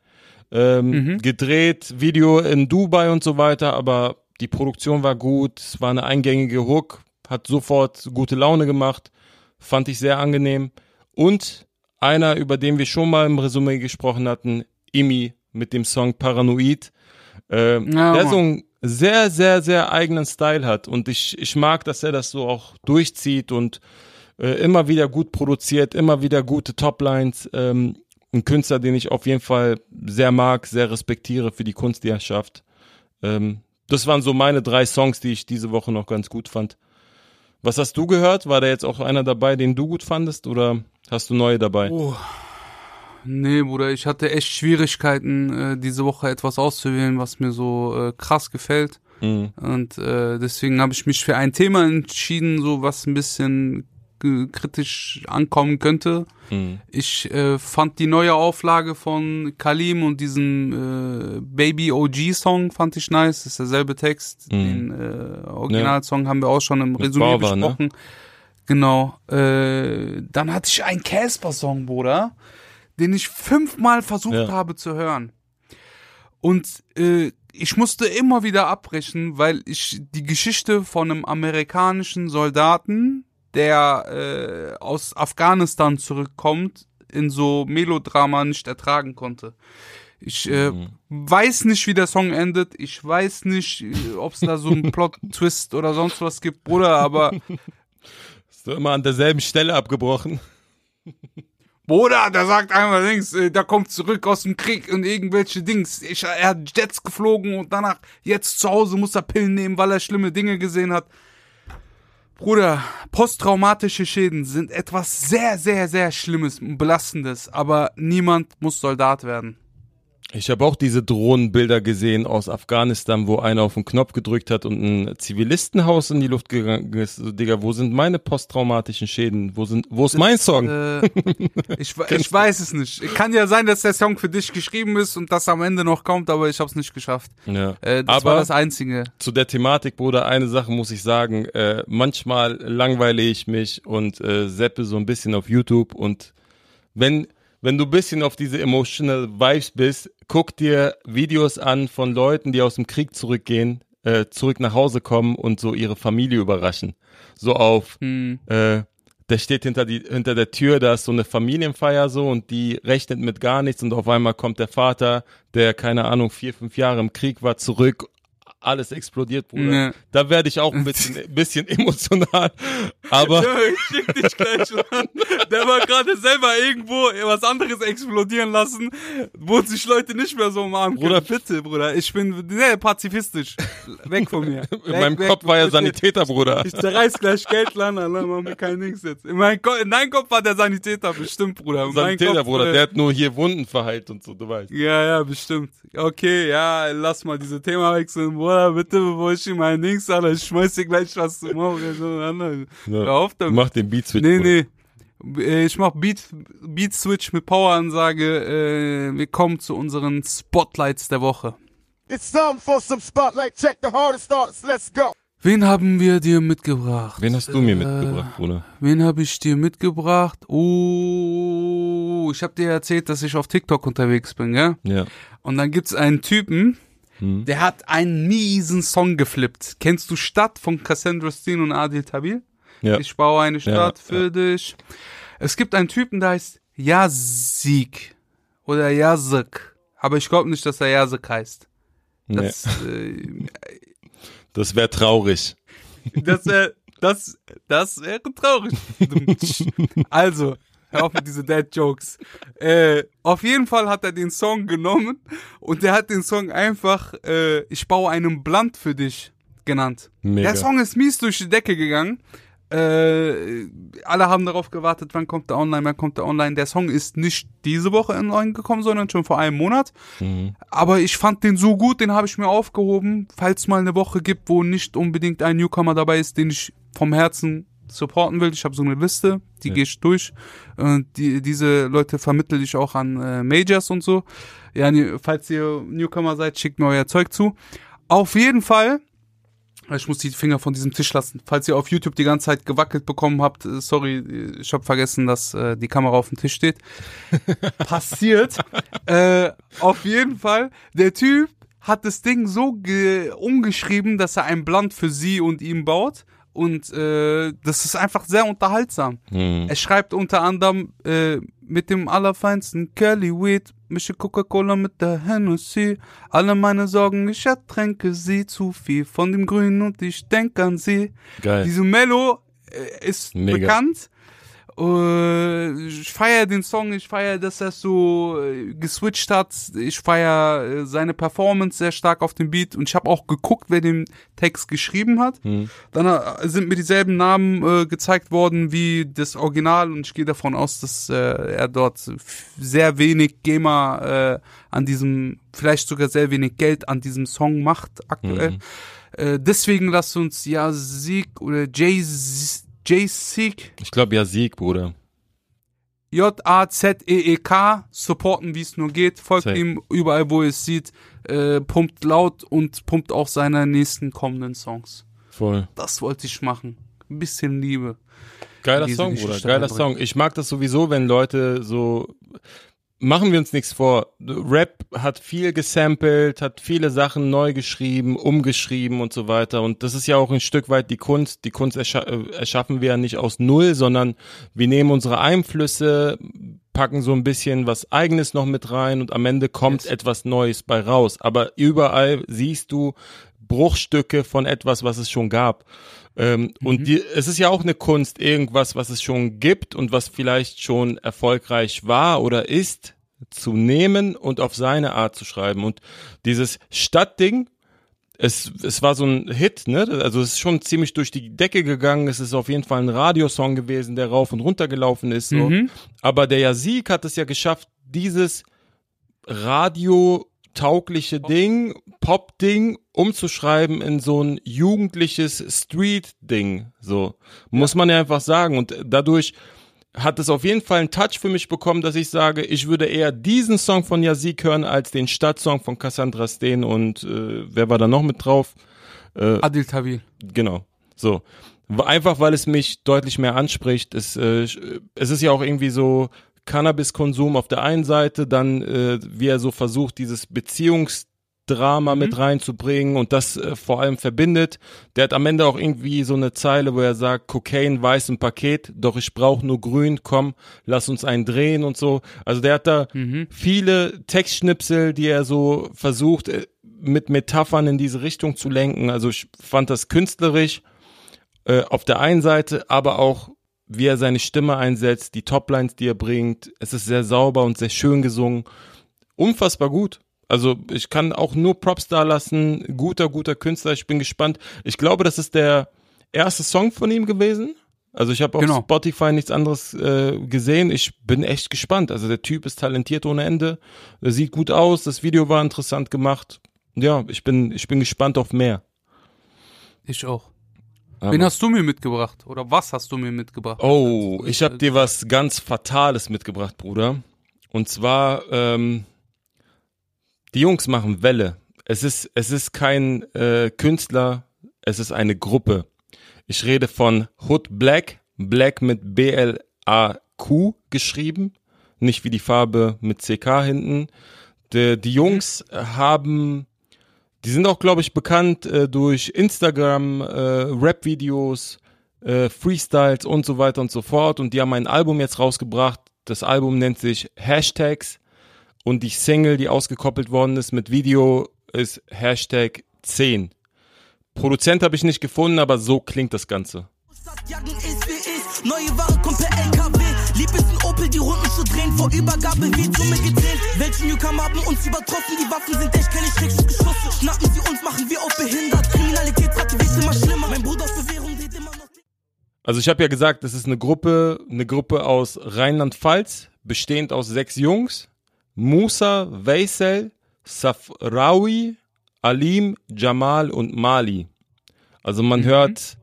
ähm, gedreht, Video in Dubai und so weiter, aber die Produktion war gut, es war eine eingängige Hook, hat sofort gute Laune gemacht, fand ich sehr angenehm. Und einer, über den wir schon mal im Resümee gesprochen hatten, Imi mit dem Song Paranoid, äh, Ja, der Mann. so einen sehr, sehr, sehr eigenen Style hat und ich, ich mag, dass er das so auch durchzieht und äh, immer wieder gut produziert, immer wieder gute Toplines. Ähm, ein Künstler, den ich auf jeden Fall sehr mag, sehr respektiere für die Kunst, die er schafft. Ähm, das waren so meine drei Songs, die ich diese Woche noch ganz gut fand. Was hast du gehört? War da jetzt auch einer dabei, den du gut fandest oder hast du neue dabei? Nee, Bruder, ich hatte echt Schwierigkeiten, äh, diese Woche etwas auszuwählen, was mir so äh, krass gefällt. Mhm. Und äh, deswegen habe ich mich für ein Thema entschieden, so was ein bisschen äh, kritisch ankommen könnte. Mhm. Ich äh, fand die neue Auflage von Kalim und diesem äh, Baby OG Song fand ich nice. Das ist derselbe Text. Mhm. Den äh, Originalsong haben wir auch schon im Mit Resümee Baba, ne? besprochen. Genau. Äh, dann hatte ich einen Casper Song, Bruder, den ich fünfmal versucht Ja. habe zu hören. Und äh, ich musste immer wieder abbrechen, weil ich die Geschichte von einem amerikanischen Soldaten, der äh, aus Afghanistan zurückkommt, in so Melodrama nicht ertragen konnte. Ich äh, weiß nicht, wie der Song endet. Ich weiß nicht, ob es da so einen Plot-Twist oder sonst was gibt, Bruder, aber Hast du immer an derselben Stelle abgebrochen? Bruder, der sagt einmal links, äh, da kommt zurück aus dem Krieg und irgendwelche Dings. Ich, er hat Jets geflogen und danach jetzt zu Hause muss er Pillen nehmen, weil er schlimme Dinge gesehen hat. Bruder, posttraumatische Schäden sind etwas sehr, sehr, sehr Schlimmes und Belastendes, aber niemand muss Soldat werden. Ich habe auch diese Drohnenbilder gesehen aus Afghanistan, wo einer auf den Knopf gedrückt hat und ein Zivilistenhaus in die Luft gegangen ist. So, Digga, wo sind meine posttraumatischen Schäden? Wo sind, wo ist mein Song? Äh, ich, we- ich weiß es nicht. Kann ja sein, dass der Song für dich geschrieben ist und das am Ende noch kommt, aber ich hab's nicht geschafft. Ja. Äh, das war Aber das Einzige. zu der Thematik, Bruder, eine Sache muss ich sagen. Äh, manchmal langweile ich mich und äh, seppe so ein bisschen auf YouTube und wenn, wenn du ein bisschen auf diese emotional Vibes bist, guck dir Videos an von Leuten, die aus dem Krieg zurückgehen, äh, zurück nach Hause kommen und so ihre Familie überraschen. So auf, Hm. äh, der steht hinter, die, hinter der Tür, da ist so eine Familienfeier so und die rechnet mit gar nichts und auf einmal kommt der Vater, der, keine Ahnung, vier, fünf Jahre im Krieg war, zurück. Alles explodiert, Bruder. Ja. Da werde ich auch ein bisschen, bisschen emotional. Aber Ich schick dich gleich schon an. Der war gerade selber irgendwo was anderes explodieren lassen, wo sich Leute nicht mehr so umarmen Bruder, können. bitte, Bruder, ich bin ne, pazifistisch. Weg von mir. in meinem Kopf war ja Sanitäter, Bruder. Ich zerreiß gleich Geldland, Allah, mach mir kein Nix jetzt. In, mein Ko in deinem Kopf war der Sanitäter, bestimmt, Bruder. In meinem Sanitäter, Kopf, Bruder, äh, der hat nur hier Wunden verheilt und so, du weißt. Ja, ja, bestimmt. Okay, ja, lass mal diese Thema wechseln. Bruder, bitte, bevor ich dir mein Dings, Alter, ich schmeiß dir gleich was zum Mauer. Ja. Hör auf damit. Mach den Beat Switch. Nee, Bruder. nee. Äh, Ich mach Beat, Beat Switch mit Poweransage. Äh, wir kommen zu unseren Spotlights der Woche. It's time for some spotlight. Check the hardest starts. Let's go. Wen haben wir dir mitgebracht? Wen hast du mir Äh, mitgebracht, Bruder? Wen habe ich dir mitgebracht? Oh, ich habe dir erzählt, dass ich auf TikTok unterwegs bin, gell? Ja. Und dann gibt's einen Typen, Hm. der hat einen miesen Song geflippt. Kennst du Stadt von Cassandra Steen und Adil Tabir? ja. Ich baue eine Stadt ja. für dich. Es gibt einen Typen, der heißt Yazik oder Yazık. Aber ich glaube nicht, dass er Yazık heißt. nee. Das, äh, das wäre traurig. das, wär, das, das wäre traurig. Also, hör auf mit diese Dad-Jokes. Äh, auf jeden Fall hat er den Song genommen und der hat den Song einfach äh, Ich baue einen Blunt für dich genannt. Mega. Der Song ist mies durch die Decke gegangen. Äh, alle haben darauf gewartet, wann kommt der online, wann kommt der online. Der Song ist nicht diese Woche online gekommen, sondern schon vor einem Monat. Aber ich fand den so gut, den habe ich mir aufgehoben, falls mal eine Woche gibt, wo nicht unbedingt ein Newcomer dabei ist, den ich vom Herzen supporten will. Ich habe so eine Liste, die gehe ich durch. Und die, diese Leute vermittel ich auch an äh, Majors und so. Ja, ne- falls ihr Newcomer seid, schickt mir euer Zeug zu. Auf jeden Fall ich muss die Finger von diesem Tisch lassen. Falls ihr auf YouTube die ganze Zeit gewackelt bekommen habt, äh, sorry, ich habe vergessen, dass äh, die Kamera auf dem Tisch steht. Passiert. äh, auf jeden Fall, der Typ hat das Ding so ge umgeschrieben, dass er ein Blunt für sie und ihm baut. Und äh, das ist einfach sehr unterhaltsam. Er schreibt unter anderem äh, mit dem allerfeinsten Curly Weed, mische Coca-Cola mit der Hennessy. Alle meine Sorgen, ich ertränke sie zu viel von dem Grün und ich denk an sie. Geil. Diese Mello äh, ist Mega. bekannt. Äh, ich feiere den Song, ich feiere, dass er so äh, geswitcht hat. Ich feiere äh, seine Performance sehr stark auf dem Beat und ich habe auch geguckt, wer den Text geschrieben hat. Hm. Dann äh, sind mir dieselben Namen äh, gezeigt worden wie das Original und ich gehe davon aus, dass äh, er dort f- sehr wenig GEMA äh, an diesem, vielleicht sogar sehr wenig Geld an diesem Song macht Mhm. aktuell. Äh, deswegen lasst uns ja Sieg oder J-Sieg, Ich glaube ja Sieg, Bruder. J-A-Z-E-E-K E supporten, wie es nur geht. Folgt Safe. ihm überall, wo ihr es sieht. Äh, pumpt laut und pumpt auch seine nächsten kommenden Songs. Voll. Das wollte ich machen. Ein bisschen Liebe. Geiler Diese Song, Bruder. Geschichte Geiler reinbringen. Song. Ich mag das sowieso, wenn Leute so. Machen wir uns nichts vor. Rap hat viel gesampelt, hat viele Sachen neu geschrieben, umgeschrieben und so weiter. Und das ist ja auch ein Stück weit die Kunst. Die Kunst erscha äh, erschaffen wir ja nicht aus Null, sondern wir nehmen unsere Einflüsse, packen so ein bisschen was Eigenes noch mit rein und am Ende kommt etwas Neues bei raus. Aber überall siehst du Bruchstücke von etwas, was es schon gab. Ähm, Und die, es ist ja auch eine Kunst, irgendwas, was es schon gibt und was vielleicht schon erfolgreich war oder ist, zu nehmen und auf seine Art zu schreiben. Und dieses Stadtding, es, es war so ein Hit, ne? Also es ist schon ziemlich durch die Decke gegangen. Es ist auf jeden Fall ein Radiosong gewesen, der rauf und runter gelaufen ist. So. Aber der Yazid hat es ja geschafft, dieses Radio taugliche Ding, Pop-Ding umzuschreiben in so ein jugendliches Street-Ding. So muss man ja einfach sagen. Und dadurch hat es auf jeden Fall einen Touch für mich bekommen, dass ich sage, ich würde eher diesen Song von Yazid hören als den Stadtsong von Cassandra Steen und äh, wer war da noch mit drauf? Adil Tawil. Genau. So. W- Einfach weil es mich deutlich mehr anspricht. Es, äh, sch- es ist ja auch irgendwie so Cannabiskonsum auf der einen Seite, dann äh, wie er so versucht, dieses Beziehungsdrama mit reinzubringen und das äh, vor allem verbindet. Der hat am Ende auch irgendwie so eine Zeile, wo er sagt, Cocaine weiß im Paket, doch ich brauche nur grün, komm, lass uns einen drehen und so. Also der hat da viele Textschnipsel, die er so versucht, äh, mit Metaphern in diese Richtung zu lenken. Also ich fand das künstlerisch äh, auf der einen Seite, aber auch wie er seine Stimme einsetzt, die Toplines, die er bringt. Es ist sehr sauber und sehr schön gesungen. Unfassbar gut. Also ich kann auch nur Props da lassen. Guter, guter Künstler. Ich bin gespannt. Ich glaube, das ist der erste Song von ihm gewesen. Also ich habe auf Genau. Spotify nichts anderes äh, gesehen. Ich bin echt gespannt. Also der Typ ist talentiert ohne Ende. Er sieht gut aus. Das Video war interessant gemacht. Ja, ich bin, ich bin gespannt auf mehr. Ich auch. Aber- Wen hast du mir mitgebracht? Oder was hast du mir mitgebracht? Oh, ich habe dir was ganz Fatales mitgebracht, Bruder. Und zwar, ähm, die Jungs machen Welle. Es ist, es ist kein äh, Künstler, es ist eine Gruppe. Ich rede von Hood Black, Black mit B-L-A-Q geschrieben, nicht wie die Farbe mit CK hinten. Die, die Jungs haben die sind auch, glaube ich, bekannt äh, durch Instagram, äh, Rap-Videos, äh, Freestyles und so weiter und so fort. Und die haben ein Album jetzt rausgebracht. Das Album nennt sich Hashtags. Und die Single, die ausgekoppelt worden ist mit Video, ist Hashtag 10. Produzent habe ich nicht gefunden, aber so klingt das Ganze. Stadtjagen ist wie ist, neue Ware kommt per LKW. Lieb ist ein Opel, die Runden zu drehen, vor Übergabe wird Summe gezählt. Welche Newcomer haben uns übertroffen, die Waffen sind echt keine Schreckschussgeschosse. Schnappen sie uns, machen wir auch behindert. Kriminalitätsrate wird immer schlimmer, mein Bruder auf Bewährung sieht immer noch... Also ich habe ja gesagt, das ist eine Gruppe, eine Gruppe aus Rheinland-Pfalz, bestehend aus sechs Jungs. Musa, Veysel, Safrawi, Alim, Jamal und Mali. Also man hört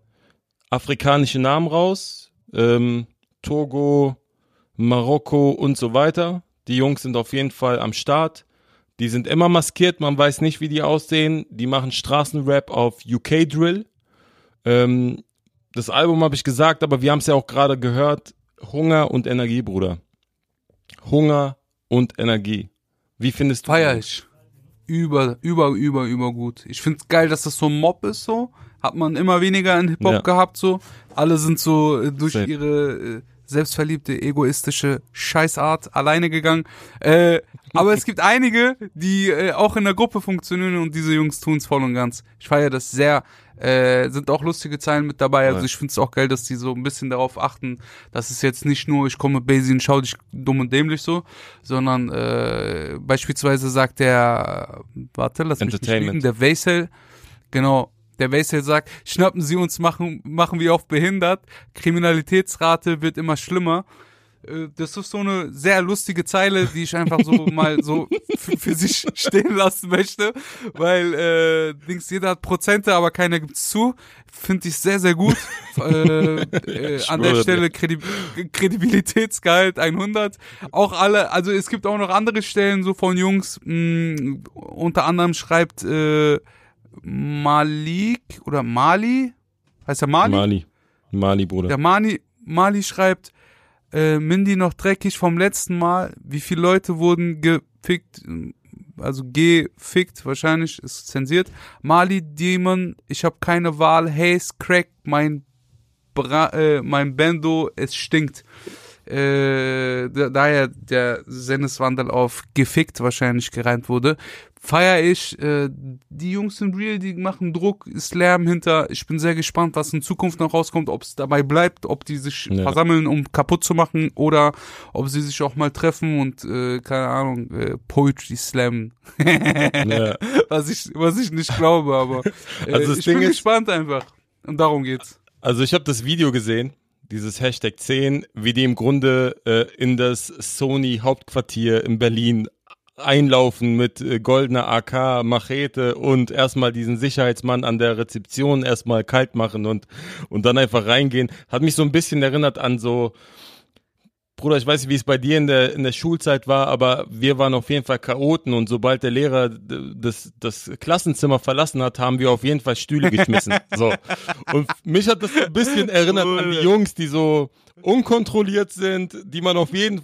afrikanische Namen raus, ähm, Togo, Marokko und so weiter. Die Jungs sind auf jeden Fall am Start. Die sind immer maskiert, man weiß nicht, wie die aussehen. Die machen Straßenrap auf UK Drill. Ähm, das Album habe ich gesagt, aber wir haben es ja auch gerade gehört. Hunger und Energie, Bruder. Hunger und Energie. Wie findest du Feier ich. Über, über, über, über gut. Ich find's geil, dass das so ein Mob ist, so. Hat man immer weniger in Hip-Hop Ja. gehabt, so. Alle sind so äh, durch Safe. ihre äh, selbstverliebte, egoistische Scheißart alleine gegangen. Äh, aber es gibt einige, die äh, auch in der Gruppe funktionieren und diese Jungs tun's voll und ganz. Ich feiere das sehr. Äh, sind auch lustige Zeilen mit dabei. Also Ja. ich find's auch geil, dass die so ein bisschen darauf achten, dass es jetzt nicht nur, ich komme Basie und schau dich dumm und dämlich so, sondern äh, beispielsweise sagt der, warte, lass mich nicht Entertainment. lügen, der Weisel, genau, der Weisel sagt, schnappen Sie uns, machen, machen wir auf behindert, Kriminalitätsrate wird immer schlimmer. Äh, Das ist so eine sehr lustige Zeile, die ich einfach so mal so f- für sich stehen lassen möchte, weil äh, Dings, jeder hat Prozente, aber keiner gibt's zu. Finde ich sehr, sehr gut. äh, äh, ich an der schwöre dir. Stelle Kredi Kredibilitätsgehalt 100. Auch alle, also es gibt auch noch andere Stellen so von Jungs. Mh, unter anderem schreibt äh, Malik oder Mali, heißt er Mali? Mali? Mali, Bruder. Der Mani, Mali schreibt, äh, Mindy noch dreckig vom letzten Mal. Wie viele Leute wurden gefickt? Also gefickt, wahrscheinlich, ist zensiert. Mali, Demon, ich habe keine Wahl. Haze, Crack, mein, Bra äh, mein Bando, es stinkt. Äh, da- daher der Sinneswandel auf gefickt wahrscheinlich gereimt wurde. Feier ich, äh, die Jungs sind real, die machen Druck, ist Lärm hinter. Ich bin sehr gespannt, was in Zukunft noch rauskommt, ob es dabei bleibt, ob die sich Ja. versammeln, um kaputt zu machen oder ob sie sich auch mal treffen und, äh, keine Ahnung, äh, Poetry slammen. Ja. was, ich, was ich nicht glaube, aber äh, Also das ich Ding bin ist- gespannt einfach. Und darum geht's. Also ich habe das Video gesehen, dieses Hashtag 10, wie die im Grunde äh, in das Sony Hauptquartier in Berlin einlaufen mit äh, goldener AK, Machete und erstmal diesen Sicherheitsmann an der Rezeption erstmal kalt machen und, und dann einfach reingehen. Hat mich so ein bisschen erinnert an so, Bruder, ich weiß nicht, wie es bei dir in der, in der Schulzeit war, aber wir waren auf jeden Fall Chaoten und sobald der Lehrer d- das, das Klassenzimmer verlassen hat, haben wir auf jeden Fall Stühle geschmissen. So. Und mich hat das ein bisschen erinnert an die Jungs, die so unkontrolliert sind, die man auf jeden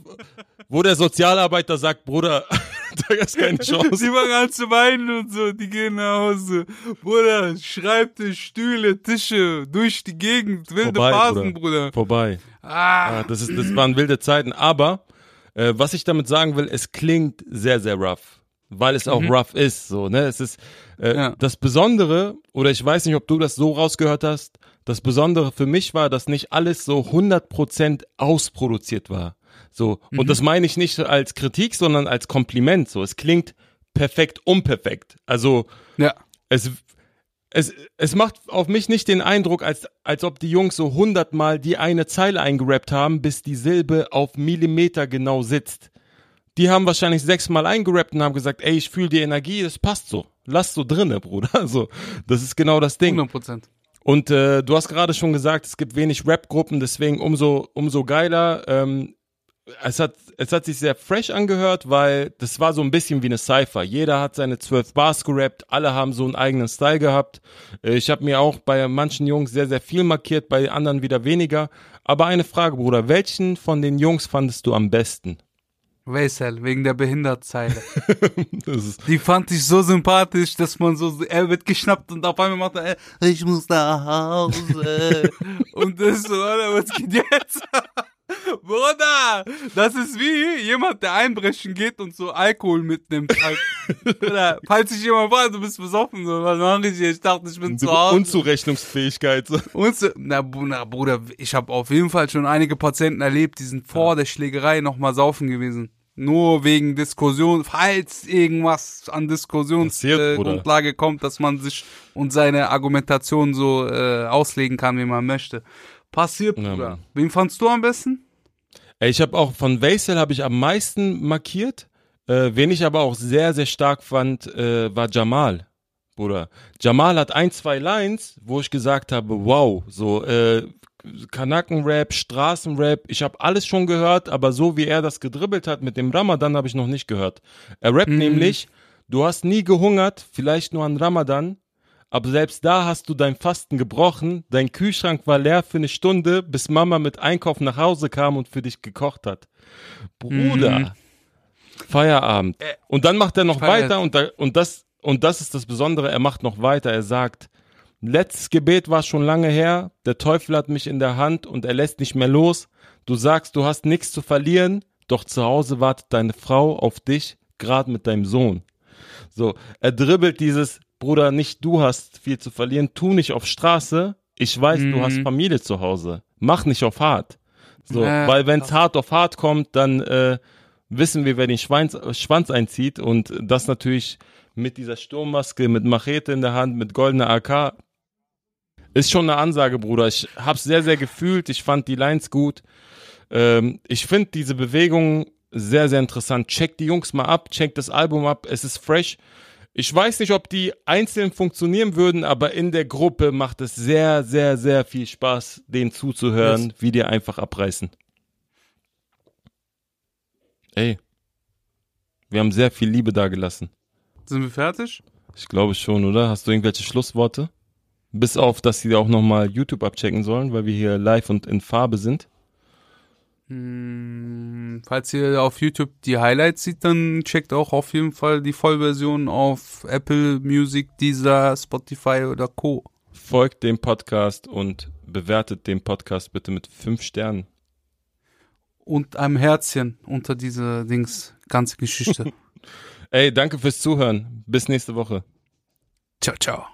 wo der Sozialarbeiter sagt, Bruder, da ist keine Chance. Die fangen an zu weinen und so, die gehen nach Hause. Bruder, Schreibtisch, Stühle, Tische, durch die Gegend, wilde Vorbei, Phasen, Bruder. Bruder. Vorbei. Ah, das, ist, das waren wilde Zeiten. Aber äh, was ich damit sagen will, es klingt sehr, sehr rough. Weil es auch rough ist. So, ne? Es ist äh, Ja. das Besondere, oder ich weiß nicht, ob du das so rausgehört hast, das Besondere für mich war, dass nicht alles so 100% ausproduziert war. So, und das meine ich nicht als Kritik, sondern als Kompliment. So, es klingt perfekt, unperfekt. Also, Ja. es, es, es macht auf mich nicht den Eindruck, als, als ob die Jungs so hundertmal die eine Zeile eingerappt haben, bis die Silbe auf Millimeter genau sitzt. Die haben wahrscheinlich sechsmal eingerappt und haben gesagt, ey, ich fühle die Energie, das passt so. Lass so drinne, Bruder. Also, das ist genau das Ding. 100 Prozent. Und äh, du hast gerade schon gesagt, es gibt wenig Rap-Gruppen, deswegen umso, umso geiler. Ähm, es, hat, es hat sich sehr fresh angehört, weil das war so ein bisschen wie eine Cypher. Jeder hat seine zwölf Bars gerappt, alle haben so einen eigenen Style gehabt. Äh, ich habe mir auch bei manchen Jungs sehr, sehr viel markiert, bei anderen wieder weniger. Aber eine Frage, Bruder, welchen von den Jungs fandest du am besten? Weisel, wegen der Behindertzeile. Das ist, Die fand ich so sympathisch, dass man so, er wird geschnappt und auf einmal macht er, äh, ich muss nach Hause. und das ist so, Alter, was geht jetzt? Bruder, das ist wie jemand, der einbrechen geht und so Alkohol mitnimmt. halt. Bruder, falls sich jemand fragt, du bist besoffen, so, was mach ich hier? Ich dachte, ich bin zu Hause. Unzurechnungsfähigkeit. Und so, na, Bu- na Bruder, ich habe auf jeden Fall schon einige Patienten erlebt, die sind vor der Schlägerei nochmal saufen gewesen. Nur wegen Diskussion, falls irgendwas Passiert, an Bruder. Diskussionsgrundlage kommt, dass man sich und seine Argumentation so äh, auslegen kann, wie man möchte. Passiert, Ja, Bruder. Mann. Wen fandst du am besten? Ey, Äh, Ich habe auch von Vaisel habe ich am meisten markiert. Äh, wen ich aber auch sehr, sehr stark fand, äh, war Jamal. Bruder. Jamal hat ein, zwei Lines, wo ich gesagt habe, wow, so äh, Kanakenrap, Straßenrap, ich habe alles schon gehört, aber so wie er das gedribbelt hat mit dem Ramadan, habe ich noch nicht gehört. Er rappt nämlich, du hast nie gehungert, vielleicht nur an Ramadan, aber selbst da hast du dein Fasten gebrochen, dein Kühlschrank war leer für eine Stunde, bis Mama mit Einkauf nach Hause kam und für dich gekocht hat. Bruder, Feierabend. Und dann macht er noch feier weiter es. und, da, und, das, und das ist das Besondere, er macht noch weiter. Er sagt, letztes Gebet war schon lange her, der Teufel hat mich in der Hand und er lässt nicht mehr los. Du sagst, du hast nichts zu verlieren, doch zu Hause wartet deine Frau auf dich, gerade mit deinem Sohn. So, er dribbelt dieses, Bruder, nicht du hast viel zu verlieren, tu nicht auf Straße, ich weiß, du hast Mhm. Familie zu Hause, mach nicht auf hart. So, Ja, weil wenn's hart auf hart kommt, dann äh, wissen wir, wer den Schwanz, Schwanz einzieht und das natürlich mit dieser Sturmmaske, mit Machete in der Hand, mit goldener AK, ist schon eine Ansage, Bruder. Ich hab's sehr, sehr gefühlt, ich fand die Lines gut. Ähm, ich finde diese Bewegung sehr, sehr interessant. Checkt die Jungs mal ab, checkt das Album ab, es ist fresh. Ich weiß nicht, ob die einzeln funktionieren würden, aber in der Gruppe macht es sehr, sehr, sehr viel Spaß, denen zuzuhören, wie die einfach abreißen. Ey, wir haben sehr viel Liebe dagelassen. Sind wir fertig? Ich glaube schon, oder? Hast du irgendwelche Schlussworte? Bis auf, dass sie auch nochmal YouTube abchecken sollen, weil wir hier live und in Farbe sind. Hm, Falls ihr auf YouTube die Highlights sieht, dann checkt auch auf jeden Fall die Vollversion auf Apple Music, Deezer, Spotify oder Co. Folgt dem Podcast und bewertet den Podcast bitte mit fünf Sternen. und einem Herzchen unter diese Dings ganze Geschichte. Ey, danke fürs Zuhören. Bis nächste Woche. ciao, ciao.